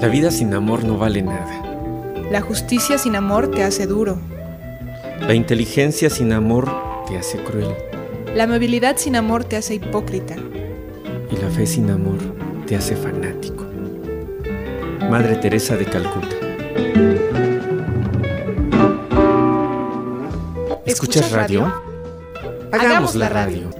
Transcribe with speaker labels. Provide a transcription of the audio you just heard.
Speaker 1: La vida sin amor no vale nada.
Speaker 2: La justicia sin amor te hace duro.
Speaker 1: La inteligencia sin amor te hace cruel.
Speaker 2: La amabilidad sin amor te hace hipócrita.
Speaker 1: Y la fe sin amor te hace fanático. Madre Teresa de Calcuta. ¿Escuchas radio?
Speaker 2: Hagamos la radio.